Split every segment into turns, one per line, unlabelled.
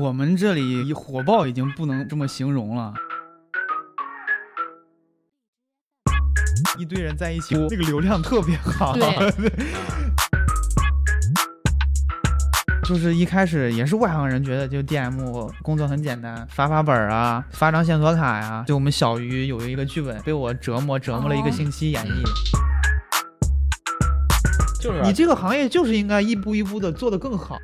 我们这里火爆已经不能这么形容了。一堆人在一起，这个流量特别好。
对
就是一开始也是外行人觉得就 DM 工作很简单，发发本儿啊，发张线索卡呀、就我们小鱼有一个剧本被我折磨折磨了一
哦
个星期演绎。
就是
你这个行业就是应该一步一步的做得更好。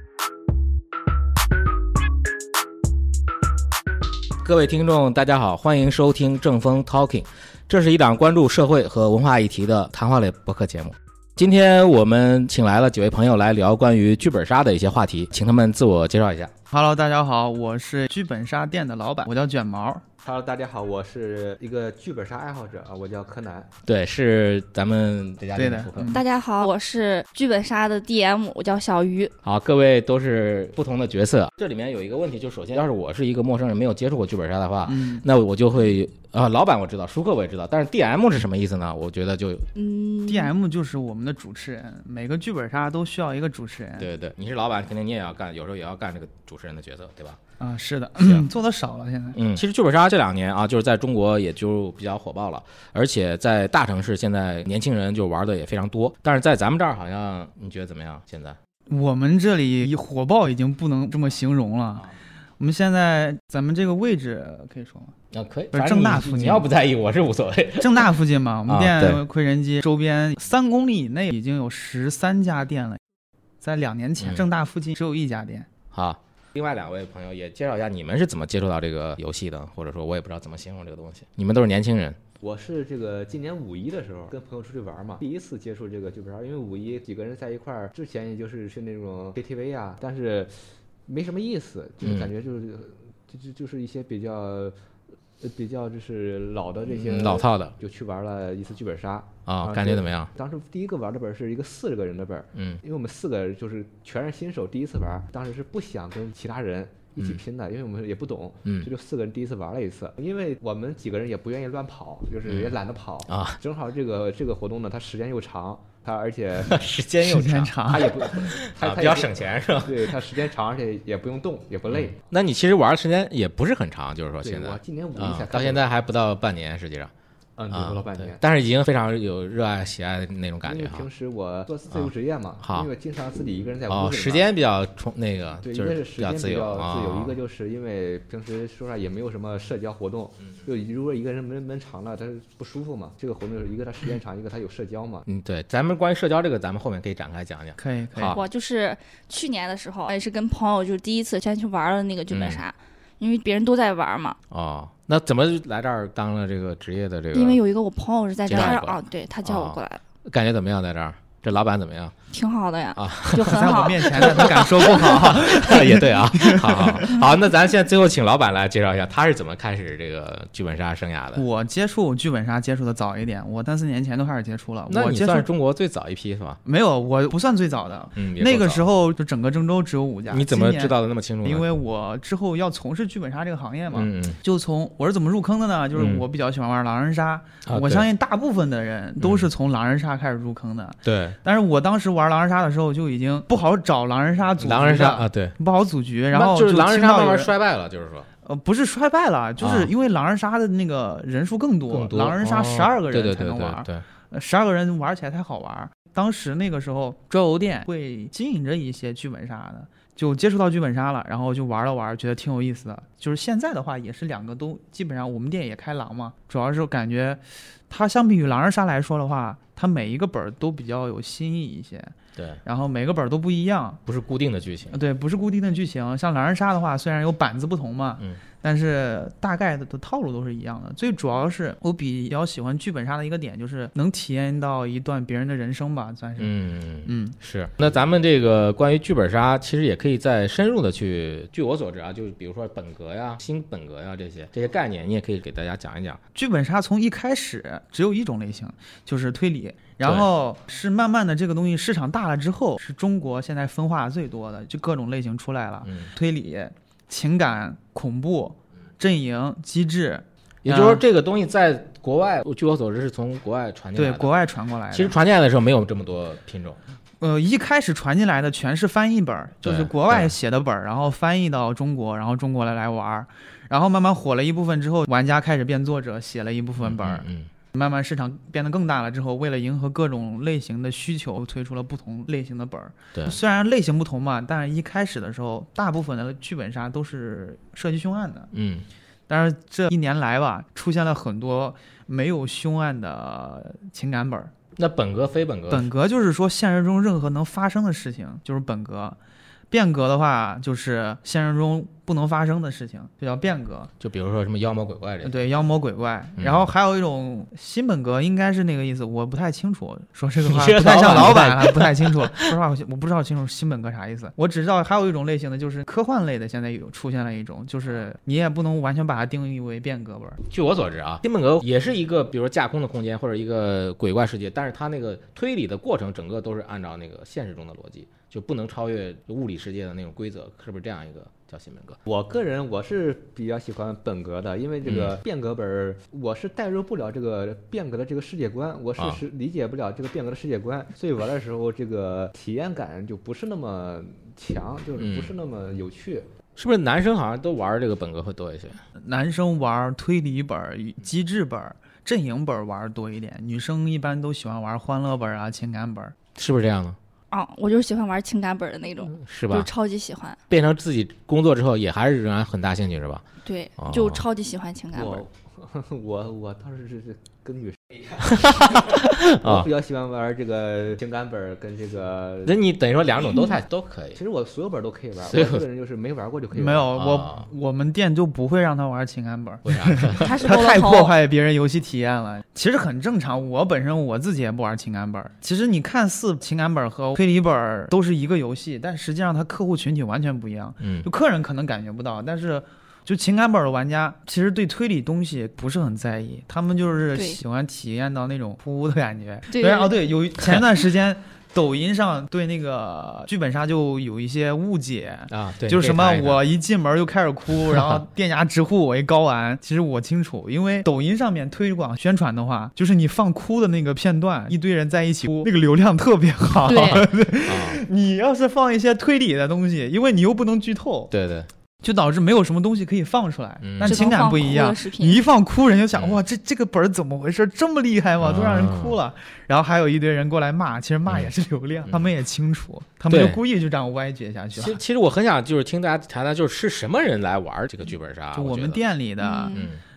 各位听众，大家好，欢迎收听正风 Talking，这是一档关注社会和文化议题的谈话类播客节目。今天我们请来了几位朋友来聊关于剧本杀的一些话题，请他们自我介绍一下。
Hello，大家好，我是剧本杀店的老板，我叫卷毛。
Hello，大家好，我是一个剧本杀爱好者啊，我叫柯南。
对，是咱们这家
对的，嗯
大家好，我是剧本杀的 DM，我叫小鱼。
好，各位都是不同的角色。这里面有一个问题，就首先，要是我是一个陌生人，没有接触过剧本杀的话，
嗯，
那我就会啊，老板我知道，舒克我也知道，但是 DM 是什么意思呢？我觉得就
嗯
DM 就是我们的主持人，每个剧本杀都需要一个主持人。
对对，你是老板，肯定你也要干，有时候也要干这个主持人的角色，对吧？
啊，是的，
行
做的少了，现在
嗯，其实剧本杀这两年啊，就是在中国也就比较火爆了，而且在大城市现在年轻人就玩的也非常多，但是在咱们这儿好像你觉得怎么样？现在
我们这里火爆已经不能这么形容
啊
了。我们现在咱们这个位置可以说吗？
啊，可以，
不是
反正
正大
你
附近
你要不在意，我是无所谓。
正大附近嘛，我们
啊对
店亏人街周边三公里以内已经有十三家店了，在两年前
嗯
正大附近只有一家店。
好，另外两位朋友也介绍一下你们是怎么接触到这个游戏的，或者说我也不知道怎么形容这个东西。你们都是年轻人，
我是这个今年五一的时候跟朋友出去玩嘛，第一次接触这个剧本杀，因为五一几个人在一块儿，之前也就是去那种 KTV 啊，但是没什么意思，就是
嗯
感觉就是、就就就是一些比较呃比较就是老的这些、
嗯老套的
就去玩了一次剧本杀。
啊，
啊
感觉
对
怎么样？
当时第一个玩的本儿是一个四十个人的本儿，
嗯
因为我们四个就是全是新手，第一次玩儿，当时是不想跟其他人一起
嗯
拼的，因为我们也不懂，
嗯
这就四个人第一次玩了一次，因为我们几个人也不愿意乱跑，就是也懒得跑
啊，
正好这个这个活动呢，它时间又长，它而 且
时间
时间长
它，也不，它
啊，
它
比
也
较
不
省钱是吧？
对，它时间长，而且也不用动，也不累。
那你其实玩的时间也不是很长，就是说
对
现在
我今年五一才
啊，
开
到
始
现在还不到半年，实际上
嗯，
啊，
努了半
对
年。
但是已经非常有热爱、喜爱的那种感
因
觉
为
哈啊
平。时我做自由职业嘛，
好
因为经常自己一个人在屋
哦，
里
时
嘛
间比较充那个，
对，一
就
个是
比
时
较
间
自
比
由
较
啊。
自由，一个就是因为平时说实话也没有什么社交活动，
嗯
就如果一个人闷闷长了，他是不舒服嘛。这个活动就是一个它时间长，一个它有社交嘛。
嗯，对，咱们关于社交这个，咱们后面可以展开讲讲。
可以可以。
好
我就是去年的时候，也是跟朋友就是第一次先去玩了那个剧本杀，因为别人都在玩嘛。
哦，那怎么来这儿当了这个职业的这个？
因为有一个我朋友是在这
介绍
儿
过来
啊，对他叫我过来的，
感觉怎么样？在这儿，这老板怎么样？
挺好的呀，
啊
就很
在我
好。
面前的，他敢说不 好？
也对啊，好好好，那咱现在最后请老板来介绍一下，他是怎么开始这个剧本杀生涯的？
我接触剧本杀接触的早一点，我三四年前都开始接触了。
那
我
你
接触
算是中国最早一批是吧？
没有，我不算最早的。
嗯，
那个时
候
候就整个郑州只有五家。
你怎么
今年
知？道的那么清楚呢？
因为我之后要从事剧本杀这个行业嘛，
嗯，嗯
就从我是怎么入坑的呢？就是
嗯
我比较喜欢玩狼人杀，
啊
我
对嗯
相信大部分的人都是从狼人杀开始入坑的。
对
但是我当时玩狼人杀的时候就已经不好找狼人杀组局
狼人杀
了
啊，对，
不好组局，然后
就是狼人
听到
杀慢
有
慢
人
衰败了，就是说
呃，不是衰败了，就是
啊
因为狼人杀的那个人数更多，
更多
狼人杀
哦
十二个
对对
人才
对
能
对
玩，
对，
十二个人玩起来才好玩。当时那个时候，桌游店会经营着一些剧本杀的，就接触到剧本杀了，然后就玩了玩，觉得挺有意思的。就是现在的话，也是两个都基本上，我们店也开狼嘛，主要是感觉它相比于狼人杀来说的话，它每一个本儿都比较有新意一些，
对，
然后每个本儿都不一样，
不是固定的剧情。
对，不是固定的剧情。像狼人杀的话，虽然有板子不同嘛，
嗯
但是大概的的套路都是一样的。最主要是我比较喜欢剧本杀的一个点，就是能体验到一段别人的人生吧，算是。
嗯，
嗯
是。那咱们这个关于剧本杀，其实也可以再深入的去，据我所知啊，就是比如说本格呀、新本格呀这些这些概念，你也可以给大家讲一讲。
剧本杀从一开始只有一种类型，就是推理。然后是慢慢的这个东西市场大了之后，是中国现在分化最多的，就各种类型出来了，
嗯，
推理、情感、恐怖、阵营、机制，
也就是说，
嗯
这个东西在国外，据我所知是从国外传进来
对
的。
国外传过来的。
其实传进来的时候没有这么多品种。
呃，一开始传进来的全是翻译本儿，就是
对
国外
对
写的本儿，然后翻译到中国，然后中国来来玩儿，然后慢慢火了一部分之后，玩家开始变作者，写了一部分本儿，
嗯，
慢慢市场变得更大了之后，为了迎合各种类型的需求，推出了不同类型的本儿。
嗯对
虽然类型不同嘛，但是一开始的时候，大部分的剧本杀都是涉及凶案的。
嗯
但是这一年来吧，出现了很多没有凶案的情感本儿。
嗯，那本格非本格，
本格就是说现实中任何能发生的事情就是本格，变革的话就是现实中不能发生的事情，就叫变革。
就比如说什么妖魔鬼怪这种，
对，妖魔鬼怪。
嗯
然后还有一种新本格，应该是那个意思，我不太清楚。说 这个话
你这
不太像
老
老
板
板了，啊不太清楚。说实话，我我不知道清楚新本格啥意思。我只知道还有一种类型的就是科幻类的，现在有出现了一种，就是你也不能完全把它定义为变革本儿。
据我所知啊，新本格也是一个，比如说架空的空间或者一个鬼怪世界，但是它那个推理的过程，整个都是按照那个现实中的逻辑，就不能超越物理世界的那种规则，是不是这样一个叫新本格？
我个人我是比较喜欢本格的，因为这
嗯
个变革本儿，我是代入不了这个变革的这个世界观，我是
啊
是理解不了这个变革的世界观，所以玩的时候这个体验感就不是那么强，就是
嗯
不是那么有趣。
是不是男生好像都玩这个本格会多一些？
男生玩儿推理本儿、机制本儿、阵营本儿玩儿多一点，女生一般都喜欢玩儿欢乐本儿啊、情感本儿。
是不是这样呢？
啊，我就是喜欢玩情感本的那种，
是
就
吧？
超级喜欢，
变成自己工作之后，也还是仍然很大兴趣，是吧？
对
哦，
就超级喜欢情感本。
我我 我倒是是跟女生，我
啊
比、较喜欢玩这个情感本儿跟这个。
那你等于说两种都太都可以
其实我所有本儿都可以玩，
所
我
有
这个人就是没玩过就可以玩。
没有，
啊
我我们店就不会让他玩儿情感本儿。
为啥？
他是
他
包了
太
头
破坏别人游戏体验了，其实很正常。我本身我自己也不玩情感本儿，其实你看似情感本儿和推理本儿都是一个游戏，但实际上它客户群体完全不一样。
嗯
就客人可能感觉不到，但是就情感本儿的玩家其实对推理东西不是很在意，他们就是
对
喜欢体验到那种呼呼的感觉。
对
然哦对， 有前段时间抖音上对那个剧本杀就有一些误解。
啊，对，
就是什
你
么
可以谈一谈
我一进门就开始哭，然后店家直呼我一睾丸。其实我清楚，因为抖音上面推广宣传的话，就是你放哭的那个片段，一堆人在一起哭，那个流量特别好。
对
啊，
你要是放一些推理的东西，因为你又不能剧透，
对对，
就导致没有什么东西可以放出来。
嗯
但
只
情
能
感
放
不一
哭
样
的，视频
你一放哭，人就想、
嗯啊
哇，这这个本儿怎么回事？这么厉害吗？都让人哭了。然后还有一堆人过来骂，其实骂也是流量，
嗯
他们也清楚，他们就
对
故意就这样歪决下去
其实
了。
其实我很想就是听大家谈谈，就是是什么人来玩这个剧本杀？
就
我
我
觉
们
得，
店里的
嗯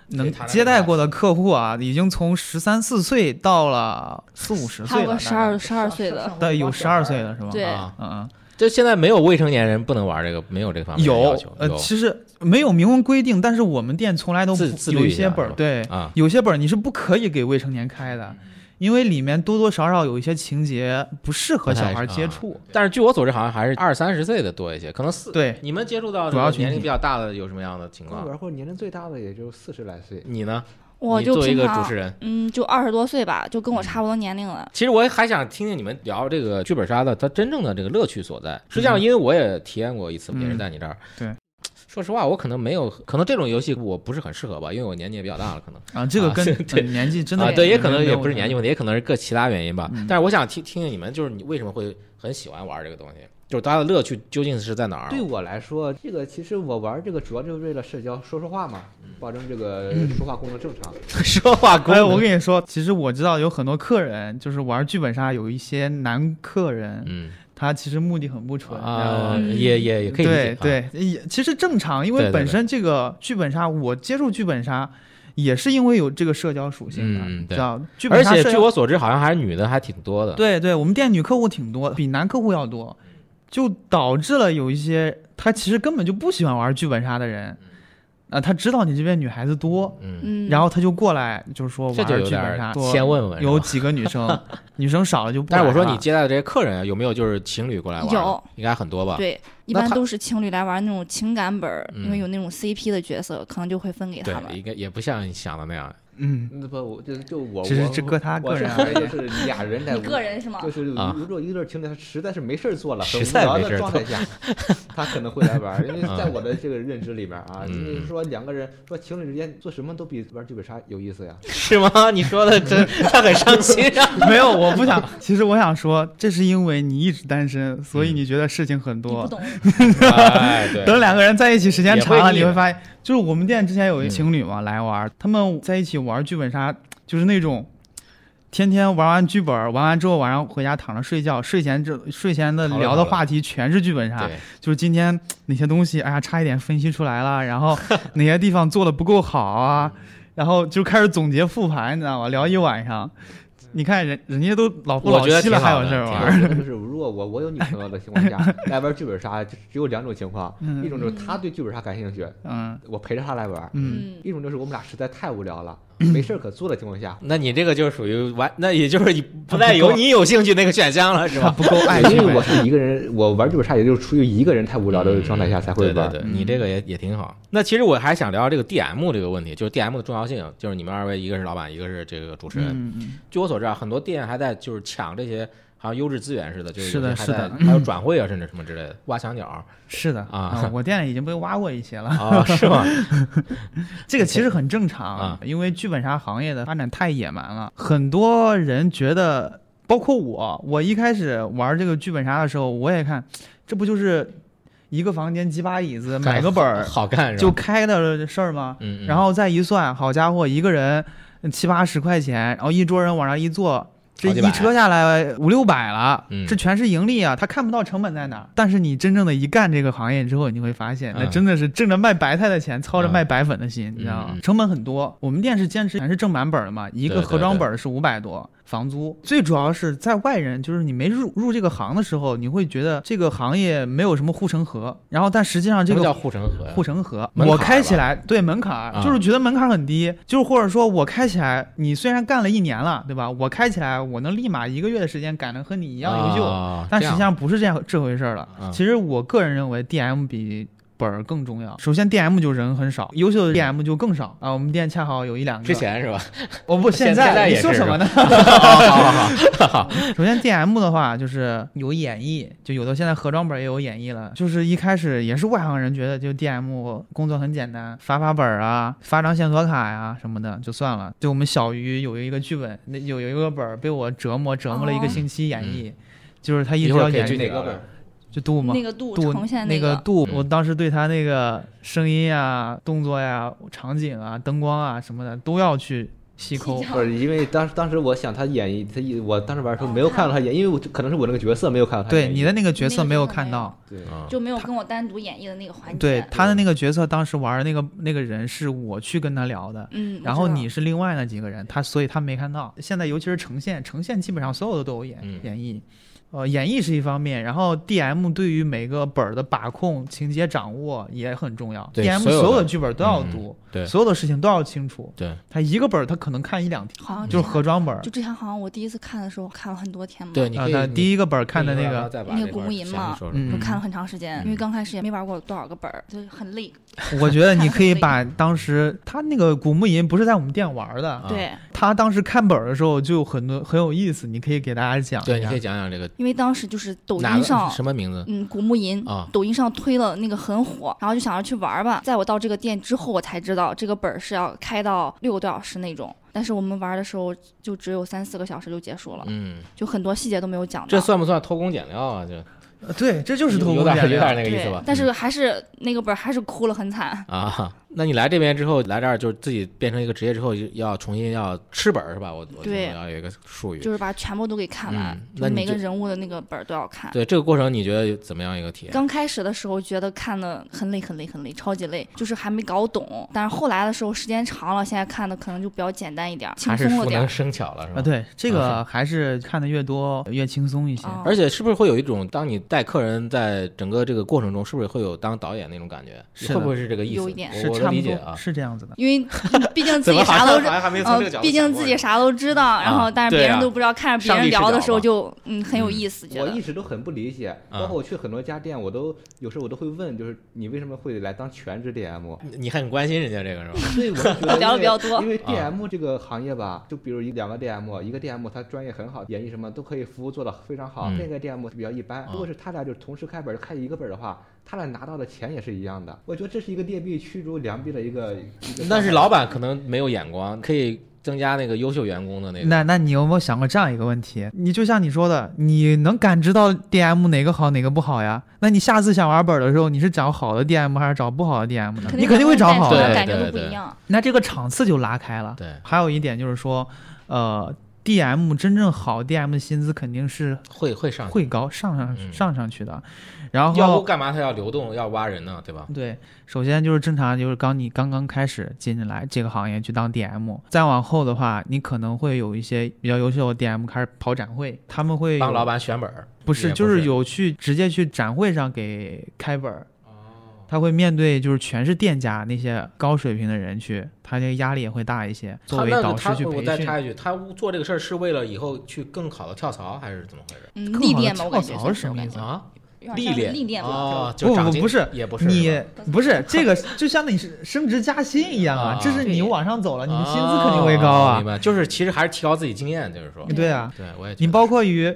嗯，
能接待过的客户啊，已经从十三四岁到了四五十
还
岁
有
了，
个十二十二岁的，
对，有十二岁的是吗？
对
啊，
嗯嗯。
就现在没有未成年人不能玩这个，没有这个方面的要求。
呃，其实没有明文规定，但是我们店从来都不
自自律
有一
一下
些本
是
儿
吧，
对，
啊，嗯
有些本儿你是不可以给未成年开的，因为里面多多少少有一些情节不适合小孩接触。
但是据我所知，好像还是二三十岁的多一些，可能四。
对，
你们接触到
主要群
这个
体
年龄比较大的有什么样的情
啊
我
况？
玩过年龄最大的也就四十来岁。
你呢？
我
你
就
作为一
平
个主持
常
人，
嗯，就二十多岁吧，就跟我差不多年龄了。
其实我也还想听听你们聊这个剧本杀的它真正的这个乐趣所在。实际上，因为我也体验过一次，
嗯
也是在你这儿。
对，
说实话，我可能没有，可能这种游戏我不是很适合吧，因为我年纪也比较大了，可能。
啊，这个
啊
跟
是对
呃年纪真的
啊，
没
对，也可能也不
没
是
有
年纪问题，也可能是各其他原因吧。
嗯
但是我想听听听你们，就是你为什么会很喜欢玩这个东西，就是它的乐趣究竟是在哪儿？啊
对我来说，这个其实我玩这个主要就是为了社交，说说话嘛，
嗯
保证这个
嗯
说话功能正常。
说话功
哎，
能，
我跟你说，其实我知道有很多客人，就是玩剧本杀有一些男客人，
嗯
他其实目的很不纯
啊，
你知道吗
嗯
也也也可以理解
对
啊
对，也其实正常，因
对
为
对
本
对
身这个剧本杀，我接触剧本杀也是因为有这个社交属性的，
嗯对
知道剧本
而
杀
且
社
据
交
我所知，好像还是女的还挺多的。
对对，我们店女客户挺多，比男客户要多，就导致了有一些他其实根本就不喜欢玩剧本杀的人，啊、他知道你这边女孩子多，
嗯，
嗯，
然后他就过来就是说
这
玩
就有
嗯剧
点
本杀，
儿
说
先问问。
有
是吧，
几个啊女 生，女生少了就不来
但
了。
是我说你接待的这些客人有没有就是情侣过来玩？
有，
应该很多吧？
对，一
那
般
他
都是情侣来玩那种情感本儿，因
嗯
为有那种 CP 的角色，可能就会分给
对
他们。
应该也不像你想的那样，
嗯，
那不，我就就我
只是
我
这搁他
我
个
是
人啊
觉
而
得
言
就是俩人在
你个人是吗
就？是
啊
如果一对情侣他实在是没事儿做了，很
实
无
在
聊
没事
的
儿
状
做
态 下，他可能会来玩儿。因为
啊
在我的这个认知里面啊，
嗯
你说两个人说情侣之间做什么都比玩剧本杀有意思呀。
是吗？你说的真， 他很伤心 啊。
没有，我不想。其实我想说，这是因为你一直单身，所以你觉得事情很
你不
多。
懂，
哎，对
等两个人在一起时间长了，
也会腻
你
的
会发现，就是我们店之前有一
嗯
情侣嘛、来玩儿，他们在一起玩剧本杀，就是那种天天玩完剧本，玩完之后晚上回家躺着睡觉，睡前这睡前的
讨论
聊
讨
的
论
话题全是剧本杀，
对，
就是今天哪些东西，哎呀，差一点分析出来了，然 后哪些地方做的不够好啊，然后就开始总结复盘，你知道吗？聊一晚上。你看人人家都老夫
我
老
觉得
妻了，
挺
还有
好的
事儿
挺
玩
好
儿
的。
就是 如果我我有女朋友的情况下来玩剧本杀，就只有两种情况，
嗯
一种就是他对剧本杀感兴趣，
嗯
我陪着他来玩儿；
嗯，
嗯，
一种就是我们俩实在太无 聊了，没事儿可做的情况下，
那你这个就属于完，那也就是你不再有你有兴趣那个选项了，是
他
吧？
不够爱
因
剧
为
本
我是一个人，我玩剧本杀也就是出于一个人 太无聊的状态下才会
对对
玩。
对，
嗯
你这个也也挺好。那其实我还想聊这个 DM 这个问题，就是 DM 的重要性，就是你们二位一个是老板，一个是这个主持人。
嗯嗯
据我所知啊，很多店还在就是抢这些好像优质资源似的，就是
是的
有些还在
是的
还有转会啊，甚至什么之类的，挖墙 角
嗯，是的
啊
我店里已经被挖过一些了，
啊，是吗？
这个其实很正常
啊
因为剧本杀行业的发展太野蛮了，很多人觉得，包括我，我一开始玩这个剧本杀的时候，我也看，这不就是一个房间几把椅 子， 买个本儿
好干是
就
吧？
开的事儿吗？
嗯，嗯
然后再一算，好家伙，一个人嗯七八十块钱，然后一桌人往上一坐，这
好几百
一车下来五六百了
嗯，
这全是盈利啊，他看不到成本在哪儿。但是你真正的一干这个行业之后，你会发现，那
嗯
真的是挣着卖白菜的钱，操着
嗯
卖白粉的心，你知道吗
嗯嗯？
成本很多，我们店是坚持全是正版本的嘛，一
对
个
对
盒装本是五百多。房租最主要是在外人，就是你没入入这个行的时候，你会觉得这个行业没有什么护城河，然后但实际上这
什么
个
叫护城河呀
护城河，
门槛儿
我开
吧
起来对门槛儿
啊，
就是觉得门槛儿很低，就是或者说我开起来，你虽然干了一年了，对吧？我开起来，我能立马一个月的时间赶得和你一样优秀，
啊
但
这
实
样
际上不是这样这回事儿了。
嗯
其实我个人认为 DM 比本儿更重要。首先 DM 就人很少，优秀的 DM 就更少啊。我们店恰好有一两个。
嗯之前是吧？
我不现
现现在
在你
也
说
是
什么 呢？
好好好，
首先 DM 的话，就是有演绎，就有的现在盒装本也有演绎了。就是一开始也是外行人觉得，就 DM 工作很简单，发发本儿啊，发张线索卡呀、什么的就算了。就我们小鱼有一个剧本，那有有一个本儿被我折磨折磨了一
哦
个星期演绎，就是他一
嗯一
直
会儿
要
可以
演
去
绎
哪个本儿？
就杜嘛
那。个度
杜
呈现
那
个，
杜，
嗯
我当时对他那个声音啊、动作呀、场景啊、灯光啊什么的都要去细抠
细。
不是，因为当时当时我想他演绎，他一我当时玩的时候没有看到他演，因为我可能是我那个角色没有看到他演
对
绎。
你的那个角
那
色
个
没
角
有
色
看
没有
到，
对
啊
就没有跟我单独演绎的那个环节。
对他的
嗯
那个角色，当时玩的那个那个人是我去跟他聊的，
嗯，我
然后
知道
你是另外那几个人，他所以他没看到。现在尤其是呈现，呈现基本上所有的都有演、
嗯
演绎，呃，演绎是一方面，然后 DM 对于每个本儿的把控、情节掌握也很重要。
对
DM
所有的嗯
所有的剧本都要读，
对
所有的事情都要清楚。
对，
他一个本儿他可能看一两天，
好像
就是
这样
盒装本儿。
就之前好像我第一次看的时候看了很多天嘛，
对，你
啊
可，以
他
你
第一个本儿看的
你
那
一会儿
个，
再把
那个
这块儿
古银嘛
详细说说
嗯
就看了很长时间，
嗯
因为刚开始也没玩过多少个本儿，就很累。
我觉得你可以把当时他那个古墓吟不是在我们店玩的，
啊
对，
他当时看本儿的时候就很多很有意思，你可以给大家讲一下。
啊对，你可以讲讲这个
因为当时就是抖
哪
音
个
上。
什么名字？
嗯，古墓
哦
吟
啊
抖音上推了那个很火，然后就想着去玩儿吧。在我到这个店之后，我才知道这个本儿是要开到六个多小时那种。但是我们玩儿的时候就只有三四个小时就结束了，
嗯，
就很多细节都没有讲
这
到。
算不算偷工减料啊？这
呃对，这就是偷
有
工
点
减
有点
料。
那个意思吧嗯
对，？但是还是那个本儿还是哭了很惨。
啊，那你来这边之后，来这儿就是自己变成一个职业之后，要重新要吃本儿是吧？我我
对
听到有一个术语。
就是把全部都给看完，
嗯
就
那
是
你
每个
就
人物的那个本儿都要看。
对这个过程，你觉得怎么样一个体验？
刚开始的时候觉得看的很累很累很累，超级累，就是还没搞懂。但是后来的时候时间长了，现在看的可能就比较简单一点儿，轻
还是
松了
熟
点
能
儿。
生巧了是吧？
啊，对，这
啊
个还是看的越多越轻松一些。
哦
而且是不是会有一种，当你带客人在整个这个过程中，是不是会有当导演那种感觉？
是的
会不会是这个意思？
有一点
我
是
我
差
的
不
理解
多，
啊。
是这样子的。
因为毕竟自
怎
己
么好
啥
像
都
好像还没从这个
嗯，
角度
毕竟
想过
自己啥都知道，然后但是
对
别
啊
人都不知道，看着别
上帝
人
视
聊
角
的时候
嘛
就嗯很有意思，觉
我
得
一直都很不理解，包
嗯
括我去很多家店，我都有时候我都会问，就是你为什么会来当全职 DM？
你你还很关心人家这个 是吧？
所以我就觉得
聊得
因为
比较多
因为
啊
DM 这个行业吧，就比如一两个 DM，一个 DM 他专业很好，演绎什么都可以，服务做得非常好，
嗯
另一个 DM 比较一般。如果是他俩就是同时开本儿开一个本儿的话，他俩拿到的钱也是一样的。我觉得这是一个劣币驱逐良币的一个。一个
但是
状态
老板可能没有眼光，可以增加那个优秀员工的那个。
那那你有没有想过这样一个问题？你就像你说的，你能感知到 DM 哪个好哪个不好呀？那你下次想玩本儿的时候，你是找好的 DM 还是找不好的 DM 呢？你肯定会找
感
好
受
的
对，
感觉
对
都不
对
一样。
那这个场次就拉开了。
对，
还有一点就是说，呃，DM 真正好 DM 的薪资肯定是
会会上去，
会高上上
嗯
上上去的，然
要不
后。
干嘛他要流动，要挖人呢，对吧？
对，首先就是正常，就是刚你刚刚开始进进来这个行业去当 DM，再往后的话，你可能会有一些比较优秀的 DM 开始跑展会，他们会
帮
有
老板选本儿，
不
也
是，
不
就是
是
有去直接去展会上给开本儿。
哦
他会面对就是全是店家那些高水平的人去，他这个压力也会大一些。作
他
为
那
导
个
师
他
去
我
培
再
训，
插一句，他做这个事儿是为了以后去更好的跳槽，还是怎么回事？
嗯，
更好
历
的
练吧，我感
跳
觉
槽
算
是
是
什
我
么
感
意思
觉
啊，
有
历
点像
练，
历练吧。
啊，
不
就
不
长进
不是
也不是
你
吧
不是这个，就相当于是升职加薪一样啊
啊，哦
这是你
对
往上走了，你的薪资肯定会高啊。
明白，就是其实还是提高自己经验，就是说，
对啊，
对我也觉得
你包括于，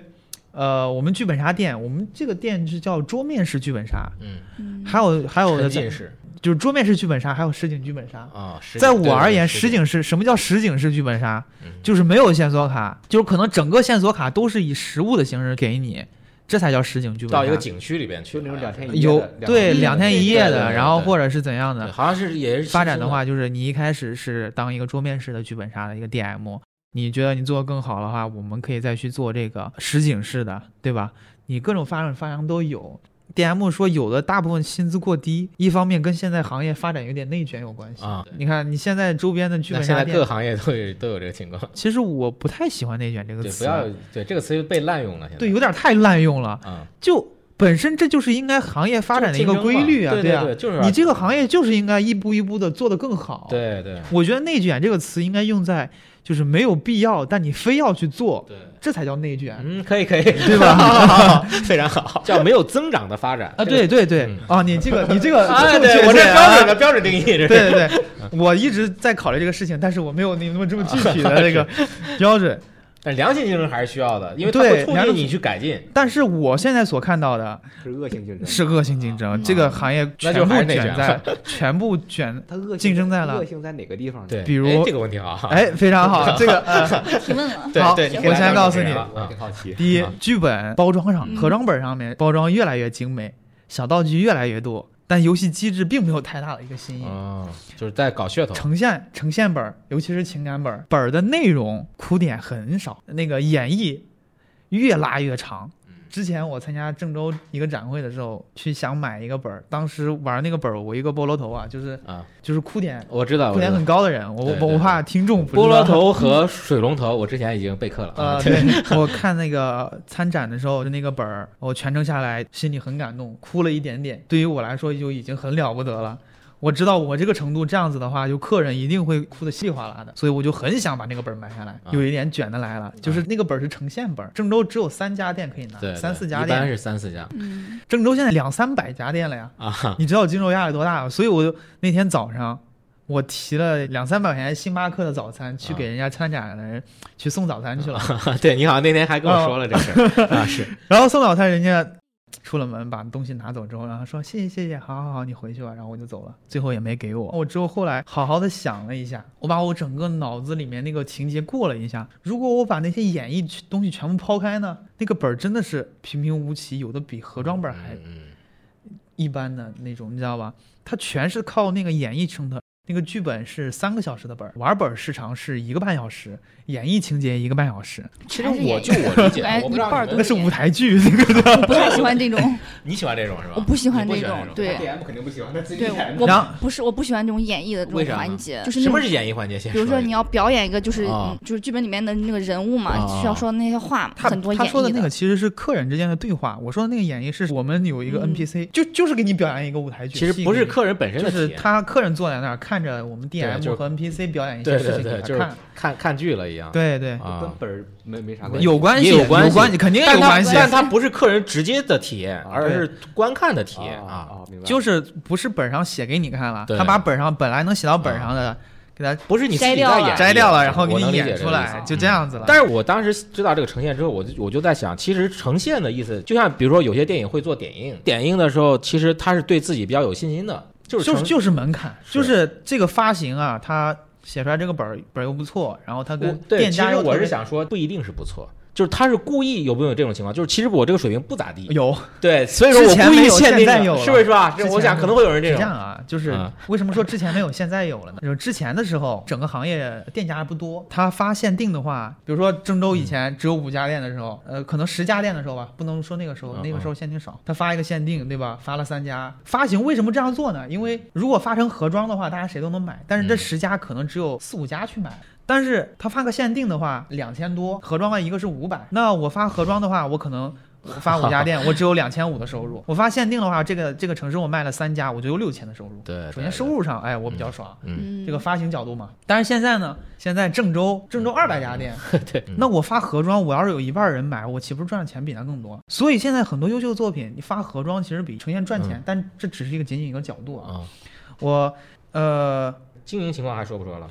呃，我们剧本杀店，我们这个店是叫桌面式剧本杀，
嗯，
嗯
还有还有的
沉浸式
就是桌面式剧本杀，还有实景剧本杀。
啊，实
在
景对
我而
对
言，
实
实景式什么叫实景式剧本杀？
嗯
就是没有线索卡，就是可能整个线索卡都是以实物的形式给你，这才叫实景剧本杀。
到一个景区里边去，
就那种两天一夜
有
的两
对
天一夜
两
的
天一夜的，
对
然后
对
或者是怎样
对
的
好像是也是新
发展
兴
的，话，就是你一开始是当一个桌面式的剧本杀的一个 DM，你觉得你做的更好的话，我们可以再去做这个实景式的，对吧？你各种发展发扬都有。DM 说有的大部分薪资过低，一方面跟现在行业发展有点内卷有关系
啊对
你看你现在周边的剧
那
本
现
杀
在各
店，
行业都有都有这个情况，
其实我不太喜欢内卷这个
对，
词，
不要对这个词又被滥用了，现在
对，有点太滥用了。
啊，
就本身这就是应该行业发展的一个规律啊，
就是竞争嘛
啊，
对对对就是啊
你这个行业就是应该一步一步的做得更好。，
对对
我觉得“内卷”这个词应该用在就是没有必要，但你非要去做，
对，
这才叫内卷，
嗯，可以可以，
对 吧？
非常好， 叫没有增长的发展
啊，对对对
嗯，
啊，你这个你这 个
啊，
更
对
确
我这
切
标准
啊
的标准定义，这是
对对对，我一直在考虑这个事情，但是我没有你那么这么具体的 这个标准。
但良性竞争还是需要的，因为它
对
会促
良
进
性
你去改进，
但是我现在所看到的
是恶性竞争，
是恶性竞争，
嗯
这个行业
那
全
就
部
还是内卷
卷在， 全部卷。
它恶性
竞争在了
恶性在哪个地方呢？
对，
比如
哎这个问题好，啊
哎，非常好， 这个呃，
提问了，
对
好
对，你可以
我
来
先
当
告
主
诉
持人
你
了
我
啊
挺好奇。
第一
啊，
剧本包装上、
嗯
盒装本上面包装越来越精美，小道具越来越多，但游戏机制并没有太大的一个新意。
哦，就是在搞噱头，
呈现呈现本儿，尤其是情感本儿，本儿的内容哭点很少，那个演绎越拉越长。
嗯
之前我参加郑州一个展会的时候，去想买一个本儿，当时玩那个本儿，我一个菠萝头啊，就是
啊，
就是哭点
我知
哭
道，我知
点
道
很。高的人，我
对
我
对
我怕听众不知道
菠萝头和水龙头，我之前已经备课了啊
呃，，对，我看那个参展的时候，就那个本儿，我全程下来心里很感动，哭了一点点。对于我来说就已经很了不得了。我知道我这个程度这样子的话，就客人一定会哭得稀里哗啦的，所以我就很想把那个本儿买下
啊
来。有一点卷的来了，就是那个本儿是呈现本儿，郑州只有三家店可以拿，
对，对
啊三四家
一般
店，
是三四家
嗯，
郑州现在两三百家店了呀。
啊，
你知道我经受压力多大吗？所以我就那天早上，我提了两三百块钱星巴克的早餐
啊
去给人家参展的人去送早餐去了。
对你好像那天还跟
哦
我说了这事 儿啊，是
然后送早餐，人家出了门把东西拿走之后，然后说谢谢谢谢，好好好，你回去吧。然后我就走了，最后也没给我。我之后后来好好的想了一下，我把我整个脑子里面那个情节过了一下，如果我把那些演绎东西全部抛开呢，那个本儿真的是平平无奇，有的比盒装本儿还
嗯，嗯
一般的那种，你知道吧？它全是靠那个演绎撑的。那个剧本是三个小时的本儿，玩本儿时长是一个半小时，演绎情节一个半小时，
其实
还是
我
演
就我理解啊
哎，
我
一
不知
半
道
儿
你
都
那
们
是舞台剧。那个
我不太喜欢这 种，
你喜欢这种是吧？
我不喜欢
你不
这
喜欢
种
这，啊
对
DM 肯定不喜欢，他自己
对
演，
我
的。
然后
不是我不喜欢这种演绎的这
为啥
种
呢
环节，就是那
什
种
么是演绎环节？先
比如说
一下
你要表演一个，就是
啊
嗯就是剧本里面的那个人物嘛，
啊
需要说的那些话嘛，
他
很多演
他说
绎
的那个其实是客人之间的对话，我说的那个演绎是我们有一个
嗯
NPC，、就就是给你表演一个舞台剧。
其实
戏
不是
给你
客人本身
就
的
是
体验，
他客人坐在那儿看着我们
就是
DM 和 NPC 表演一
对
些事
对
情
对，
给
就
他
是
看。
看看剧了一样。
对对，
跟
啊，
本儿没没啥关系。
有关系，
也有关
关
系
肯定有
但
关
它
系。
但它不是客人直接的体验，
啊
而
对
是观看的体
啊
验
啊
啊。
啊，明白了。
就是不是本上写给你看了，
对
他把本上本来能写到本上的，给他
不是你自己
摘掉
在
了
演，
摘掉了，然后给
我能
你
理解
演
这
出
个意
来，
思啊
就这样子了。
但是我当时知道这个呈现之后，我就我就在想，其实呈现的意思，就像比如说有些电影会做点映，点映的时候，其实他是对自己比较有信心的，就是
就是
呈
就是门槛，
是
就是这个发行啊，他写出来这个本儿本儿又不错，然后他
我
跟
对，
店
其
家
实
又
我
特
是
别
想说，不一定是不错，就是他是故意有没有这种情况？就是其实我这个水平不咋地，
有
对，所以说我
哎之前
故
没
意
有
限定
现在
了
有了
是不是吧？
之
这
前
我想
没
可能会有人这
是这
种
样，啊，就是
啊
为什么说之前没有，现在有了呢？就是之前的时候，整个行业店家不多，他发限定的话，比如说郑州以前只有五家店的时候，呃，可能十家店的时候吧，不能说那个时候
嗯，
那个时候限定少，他发一个限定，对吧？发了三家，发行为什么这样做呢？因为如果发成盒装的话，大家谁都能买，但是这
嗯
十家可能只有四五家去买。但是他发个限定的话，两千多，盒装的一个是五百，那我发盒装的话，我可能我发五家 店，我只有两千五的收入。我发限定的话，这个这个城市我卖了三家，我就有六千的收入。
对对
首先收入上，哎，我比较爽。
嗯，
嗯，
这个发行角度嘛，但是现在呢，现在郑州郑
嗯
州二百家店，
对，
那我发盒装，我要是有一半人买，我岂不是赚的钱比他更多？所以现在很多优秀的作品，你发盒装其实比呈现赚
嗯
钱，但这只是一个仅仅一个角度啊。
啊，
我呃，
经营情况还说不说了？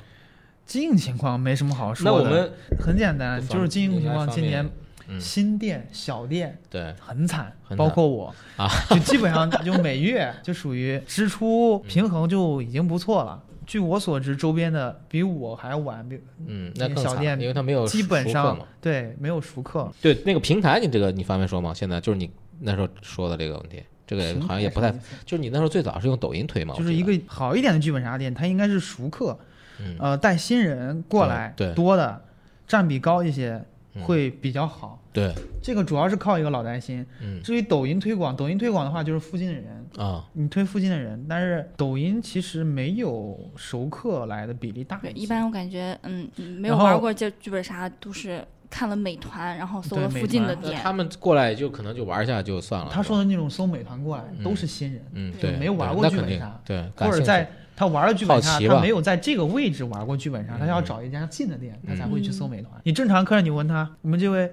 经营情况没什么好说的。
那我们
很简单，就是经营情况，今年
嗯
新店小店
对
很惨
很惨，
包括我
啊，
就基本上就每月就属于支出
嗯
平衡就已经不错了。据我所知，周边的比我还晚，比
嗯，那
那
更
小
惨，
店
因为他没有
基本
熟客
上
嘛
对没有熟客。
对那个平台，你这个你方便说吗？现在就是你那时候说的这个问题，这个
平
好像
台
也不太
什么意，思
就是你那时候最早是用抖音推嘛，
就是一
我记
个好一点的剧本杀店，它应该是熟客，
啊嗯
呃，带新人过来
对对
多的，占比高一些
嗯
会比较好。
得对，
这个主要是靠一个老带新。
嗯
至于抖音推广，抖音推广的话就是附近的人，
啊，
你推附近的人，但是抖音其实没有熟客来的比例大
对，
些
一般我感觉，嗯，没有
然后
玩过这剧本杀，都是看了美团，然后搜
对
了
美
附近的
团
那
店
他，们过来就可能就玩一下就算了。
他
是吧
说的那种搜美团过来
嗯
都是新人，
嗯，
就
对，
没玩
对
过
那
剧
肯
本
定
杀
对，
或
感
者
兴趣
在他玩了剧
好
本杀，
奇吧
他没有在这个位置玩过剧本杀，他要找一家近的
嗯
店，他才会去搜美团。你正常客人，你问他，我们这位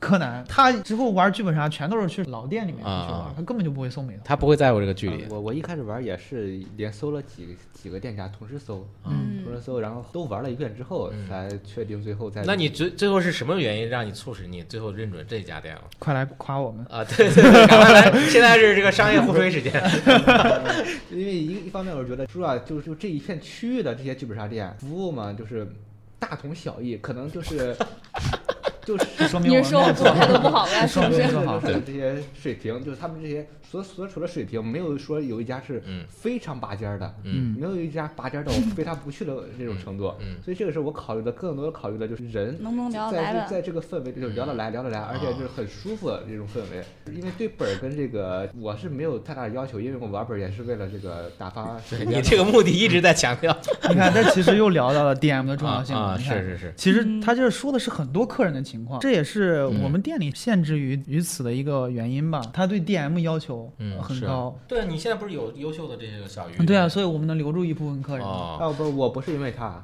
柯南，他之后玩剧本杀全都是去老店里面去
啊
玩，他根本就不会搜美团。
他不会在乎这个距离
啊，我我一开始玩也是连搜了几几个店家，同时搜，
嗯
同时搜，然后都玩了一遍之后
嗯
才确定最后再。
那你最最后是什么原因让你促使你最后认准这家店了？
快来夸我们！
啊，对 对对，赶快来！现在是这个商业互吹时间。
因为一一方面我是觉得，主要就是就这一片区域的这些剧本杀店服务嘛，就是大同小异，可能就是就是
这 说明
你
我
是
们
说我
没
服
做
务态度不好
这
呗？是
说
不
明
是？
说好。
就是这些水平，就是他们这些所所处的水平，没有说有一家是
嗯
非常拔尖儿的，
嗯
没有一家拔 尖儿到我非他不去的这种程度。
嗯
所以这个时候我考虑的更多的考虑的就是人
能不能聊得
在
来
这
吧
在这个氛围里就聊得来聊得
啊
来，而且就是很舒服的这种氛围。因为对本儿跟这个我是没有太大的要求，因为我玩本儿也是为了这个打发时间嘛。
你这个目的一直在强调。
你看，这其实又聊到了 DM 的重要性
啊啊
你看
是是是
其
嗯
实他这说的是很多客人的情况，这也是
嗯
我们店里限制于于此的一个原因吧。他对 DM 要求
嗯
很
是
高，
对啊，你现在不是有优秀的这些小鱼
对啊，所以我们能留住一部分客人。
哦，
啊不，我不是因为他，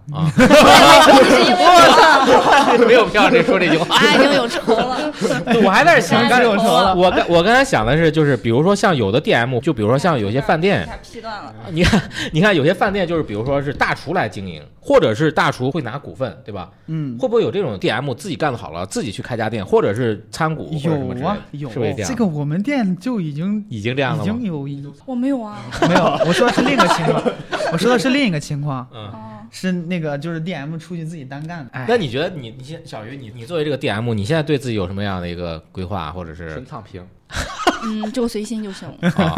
没有必要这说这句话。
我已经有仇了，
我还在想
哎
刚
有仇了
我刚我刚才想的是，就是比如说像有的 DM，就比如说像有些饭店
一， 下劈断了。
你看你看有些饭店就是比如说是大厨来经营，或者是大厨会拿股份，对吧？
嗯，
会不会有这种 DM 自己干的好了，自己去开家店，或者是参股或者什么之类
有
的
啊，有
是不是这样？
个我们店就已经
已经这
已
样了吗
经？有一
我没有啊，
没有，我说的是另一个情况，我说的是另一个情况，
嗯。
哦，
是那个就是 DM 出去自己单干的。
那
哎，
你觉得你你现小鱼你你作为这个 DM，你现在对自己有什么样的一个规划，或者是
纯躺平。
嗯，就随心 就行，
啊，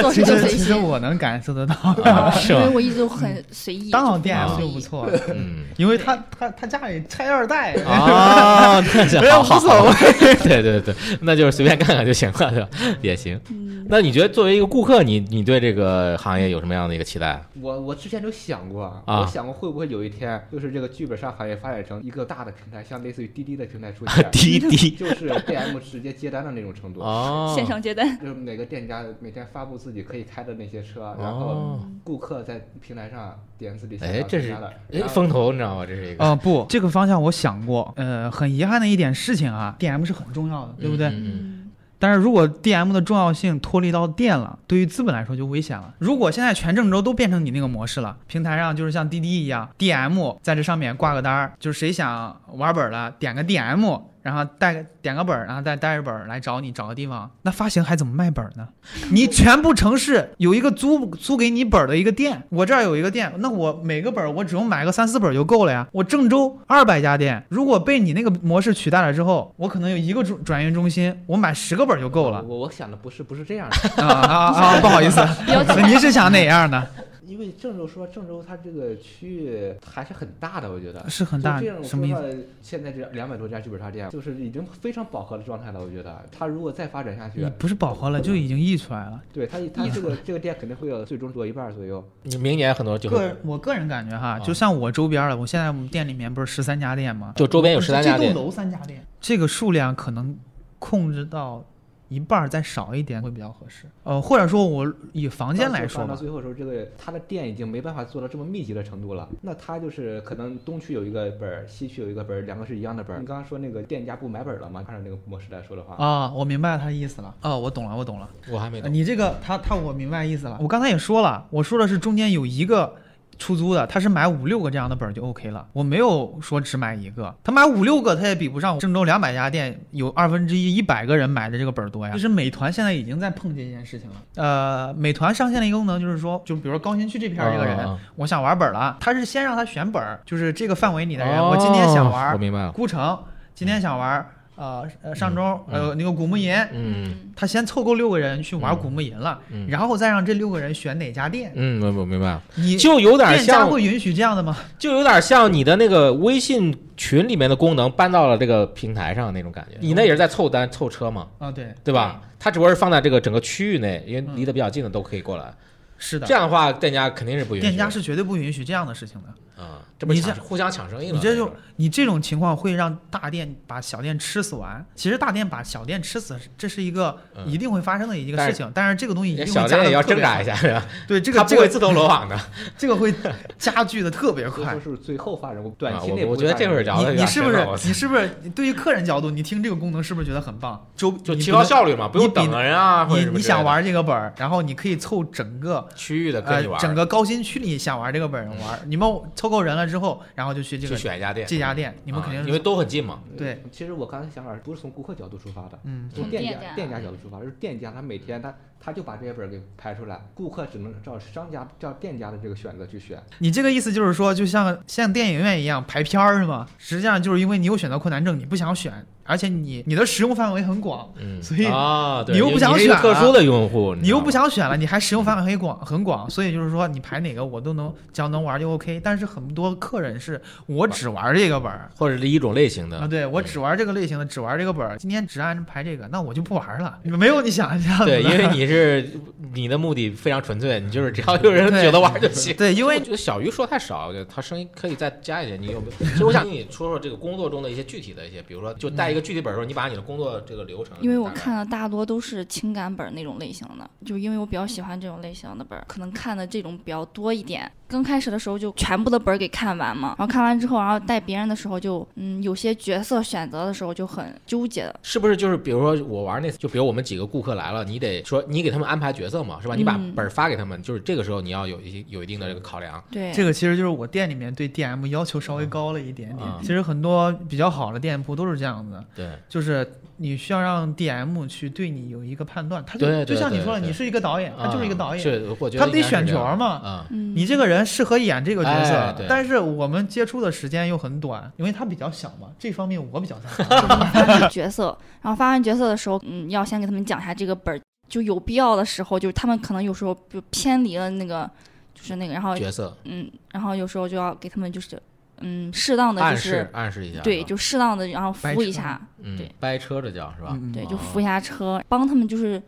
做事
其
就
实
随
其
心
实。我能感受得到，
啊是
因为
吗？
我一直都很随意，
当好
就是
DM
随
就
意
不。错，
嗯，
因为他他他家里拆二代，
啊，那
没
这
有
好好
无所
好， 对对对，那就是随便看看就行了，对吧？也行。
嗯，
那你觉得作为一个顾客，你你对这个行业有什么样的一个期待？
我我之前就想过，
啊
我想过会不会有一天，就是这个剧本杀行业发展成一个大的平台，像类似于滴滴的平台出现，
啊滴滴
就是 DM 直接接单的那种程度。
哦，
线上接单，
就是每个店家每天发布自己可以开的那些车，然后
哦，
顾客在平台上点自己想
哎，
要
这
参
是
加的，
哎
然后
风投，你知道吗？这是一个
啊、不， 这个方向我想过，呃，很遗憾的一点事情啊，DM 是很重要的，对不对？
嗯嗯嗯
但是如果 DM 的重要性脱离到店了，对于资本来说就危险了。如果现在全郑州都变成你那个模式了，平台上就是像滴滴一样，DM 在这上面挂个单儿，就是谁想玩本儿了，点个 DM，然后带个点个本儿，然后再带着本儿来找你，找个地方，那发行还怎么卖本儿呢？你全部城市有一个租租给你本儿的一个店，我这儿有一个店，那我每个本儿我只用买个三四本儿就够了呀。我郑州二百家店，如果被你那个模式取代了之后，我可能有一个转转运中心，我买十个本儿就够了。
我我想的不是不是这样的，
啊啊啊！不好意思，
比较简单
您是想哪样呢？
因为郑州说郑州它这个区域还是很大的，我觉得
是很大
就这样，
什么意思？
思？现在这两百多家剧本杀店，就是已经非常饱和的状态了。我觉得，它如果再发展下去
你，不是饱和了，就已经溢出来了。
对它它这个这个店肯定会有最终做一半左右。
你明年很多就
个
会
人我个人感觉哈，
啊
就像我周边儿了，我现在我们店里面不是十三家店吗？
就周边有
不是
十三家
这
店
栋，楼三家店，这个数量可能控制到一半儿再少一点会比较合适。呃，或者说我以房间来说
到
吧，
最后的时候，这个它的店已经没办法做到这么密集的程度了。那它就是可能东区有一个本儿，西区有一个本儿，两个是一样的本儿。你刚刚说那个店家不买本儿了吗？按照那个模式来说的话，
啊，我明白他的意思了。哦，我懂了，我懂了。
啊我还没
呃你这个他他我明白意思了。我刚才也说了，我说的是中间有一个出租的，他是买五六个这样的本儿就 OK 了，我没有说只买一个。他买五六个，他也比不上郑州两百家店有二分之一一百个人买的这个本儿多呀。就是美团现在已经在碰这件事情了。呃，美团上线了一个功能，就是说，就比如说高新区这片儿这个人，
啊啊啊
我想玩本儿了，他是先让他选本儿，就是这个范围里的人，我今天想
哦
玩
我明白了，
孤城，今天想玩呃呃上周、
嗯
呃那个古木吟。
嗯
他先凑够六个人去玩
嗯
古墓吟了，
嗯
然后再让这六个人选哪家店。
嗯，我我明白了，
你
就有点
店家
像，
会允许这样的吗？
就有点像你的那个微信群里面的功能搬到了这个平台上那种感
哦
觉。你那也是在凑单凑车嘛，
啊、对，
对吧？它只不过是放在这个整个区域内，因为离得比较近的都可以过来。
嗯是的
这，样的话，店家肯定是不允许的。
店家是绝对不允许这样的事情的。
啊，这不是
你这
抢互相抢生意了？
你这就你这种情况会让大店把小店吃死完。其实大店把小店吃死，这是一个
嗯
一定会发生的一个
但是
事情，但是这个东西一定
人
会
小
加
店
得
也要
特别
挣扎
快
一。下，是吧？
对，这
它
个
不
这
会
个
自投罗网的。
这个会加剧的特别
这
快
都。是最后发展，我短
啊
期
我
内不
我觉得
发
这
展
会儿 聊得
出
你
有
你
点
是
深啊
不是
了我操
你是不是你对于客人角度，你听这个功能是不是觉得很棒？周
就
你
提
不
高
能
效率嘛，不用等人啊，或者
你
什么
你
之类的
想玩这个本儿，然后你可以凑整个
区域的可
呃
以玩，
整个高新区里想玩这个本儿人玩儿，你们凑够人了之后，然后就去这
去
个
选一家店，
这家店，你们肯定
啊
是
因为都很近嘛，
来
对。
嗯其实我刚才想法不是从顾客角度出发的，
嗯
从
从
店
店
家啊
家
店家角度出发，就是店家他每天他他就把这些本儿给排出来，顾客只能照商家照店家的这个选择去选。
你这个意思就是说，就像像电影院一样排片儿是吗？实际上就是因为你有选择困难症，你不想选，而且你你的使用范围很广，
嗯，
所以
啊，对
你又不想
你是一个
选
特
啊
殊的用户，
你又不
知道吗
想选了，你还使用范围很广很广，所以就是说你排哪个我都能，只要能玩就 OK。但是很多客人是我只玩这个本儿。
或者是一种类型的
啊，对我只玩这个类型的，只玩这个本儿，今天只按排这个，那我就不玩了。没有你想的这样子的。
对，因为你是你的目的非常纯粹，你就是只要有人
对
觉得玩就行。
对，因
因为
为
我觉得小鱼说太少，我觉得他声音可以再加一点。你有 没有？其实我想听你说说这个工作中的一些具体的一些，比如说就带一个具体本儿的时候，你把你的工作这个流程大概，
因为我看的大多都是情感本儿那种类型的，就因为我比较喜欢这种类型的本儿，可能看的这种比较多一点。刚开始的时候就全部的本儿给看完嘛，然后看完之后，然后带别人的时候就，嗯，有些角色选择的时候就很纠结的。
是不是就是比如说我玩那次，就比如我们几个顾客来了，你得说你你给他们安排角色嘛，是吧？你把
嗯
本儿发给他们，就是这个时候你要有一有一定的这个考量。
对，
这个其实就是我店里面对 DM 要求稍微高了一点点。
嗯
其实很多比较好的店铺都是这样子，
对，
就是你需要让 DM 去对你有一个判断，他就
对
就
对
像你说了，
对对
你是一个导演，他啊就是一个导
嗯
演，
是我觉得
他得
应该是
选
这样
角嘛。
嗯，
嗯，
你这个人适合演这个角色，
哎对
但是我们接触的时间又很短，因为他比较小嘛，这方面我比较擅长。
角色， 然后发完角色的时候，嗯，要先给他们讲一下这个本儿，就有必要的时候，就是他们可能有时候就偏离了那个，就是那个，然后
角色
嗯，然后有时候就要给他们就是嗯，适当的
暗
就
示
是
暗示一下，
对，
是吧
就适当的然后
掰
扶一
扯
下，
嗯
对，
掰车这叫是吧？
嗯
对，
嗯
就
哦
扶一下车，帮他们就是，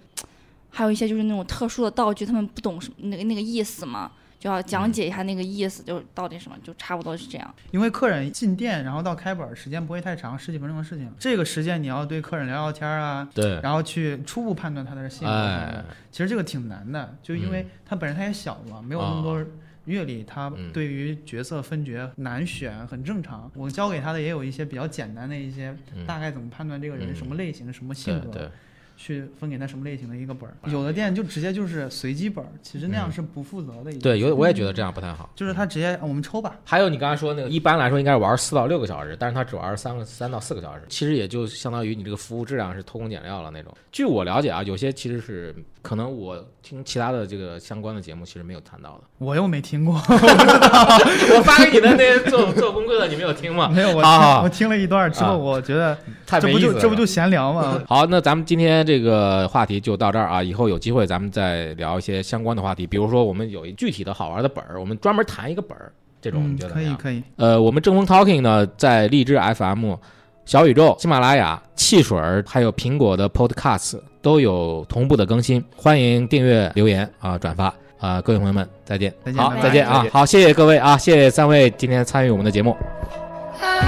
还有一些就是那种特殊的道具，他们不懂什那个那个意思嘛，就要讲
嗯
解一下那个意思，就是到底什么，就差不多是这样。
因为客人进店然后到开本时间不会太长，十几分钟的事情。这个时间你要对客人聊聊天啊，
对，
然后去初步判断他的性格什么的
哎，，
其实这个挺难的，就因为他本身他也小嘛，没有那么多阅历，他
嗯
对于角色分角难选，很正常。我教给他的也有一些比较简单的一些，
嗯
大概怎么判断这个人
嗯
什么类型、什么
对
性格，
对，哎
去分给他什么类型的一个本儿。有的店就直接就是随机本儿，其实那样是不负责的一件事。
嗯对，有我也觉得这样不太好。
就是他直接、啊我们抽吧，
还有你刚才说那个，一般来说应该是玩四到六个小时，但是他只玩三个三到四个小时，其实也就相当于你这个服务质量是偷工减料了那种。据我了解啊，有些其实是可能我听其他的这个相关的节目其实没有谈到的。
我又没听过，
我发给你的那做做功课的，你没有听吗？
没有我、
啊
我听了一段之
啊
后，我觉得
太
这
没
不
意思
就
了。
这不就闲聊吗？
好，那咱们今天这个话题就到这儿啊，以后有机会咱们再聊一些相关的话题，比如说我们有一具体的好玩的本儿，我们专门谈一个本儿，这种
嗯
你觉，得
可
怎么
以
样？
可以，
呃，我们正风 Talking 呢，在荔枝 FM、小宇宙、喜马拉雅、汽水儿，还有苹果的 Podcast 都有同步的更新，欢迎订阅、留言啊、转发啊、各位朋友们，再见，
再见
好，
拜拜
再见啊
再，见
好，谢谢各位啊，谢谢三位今天参与我们的节目。
I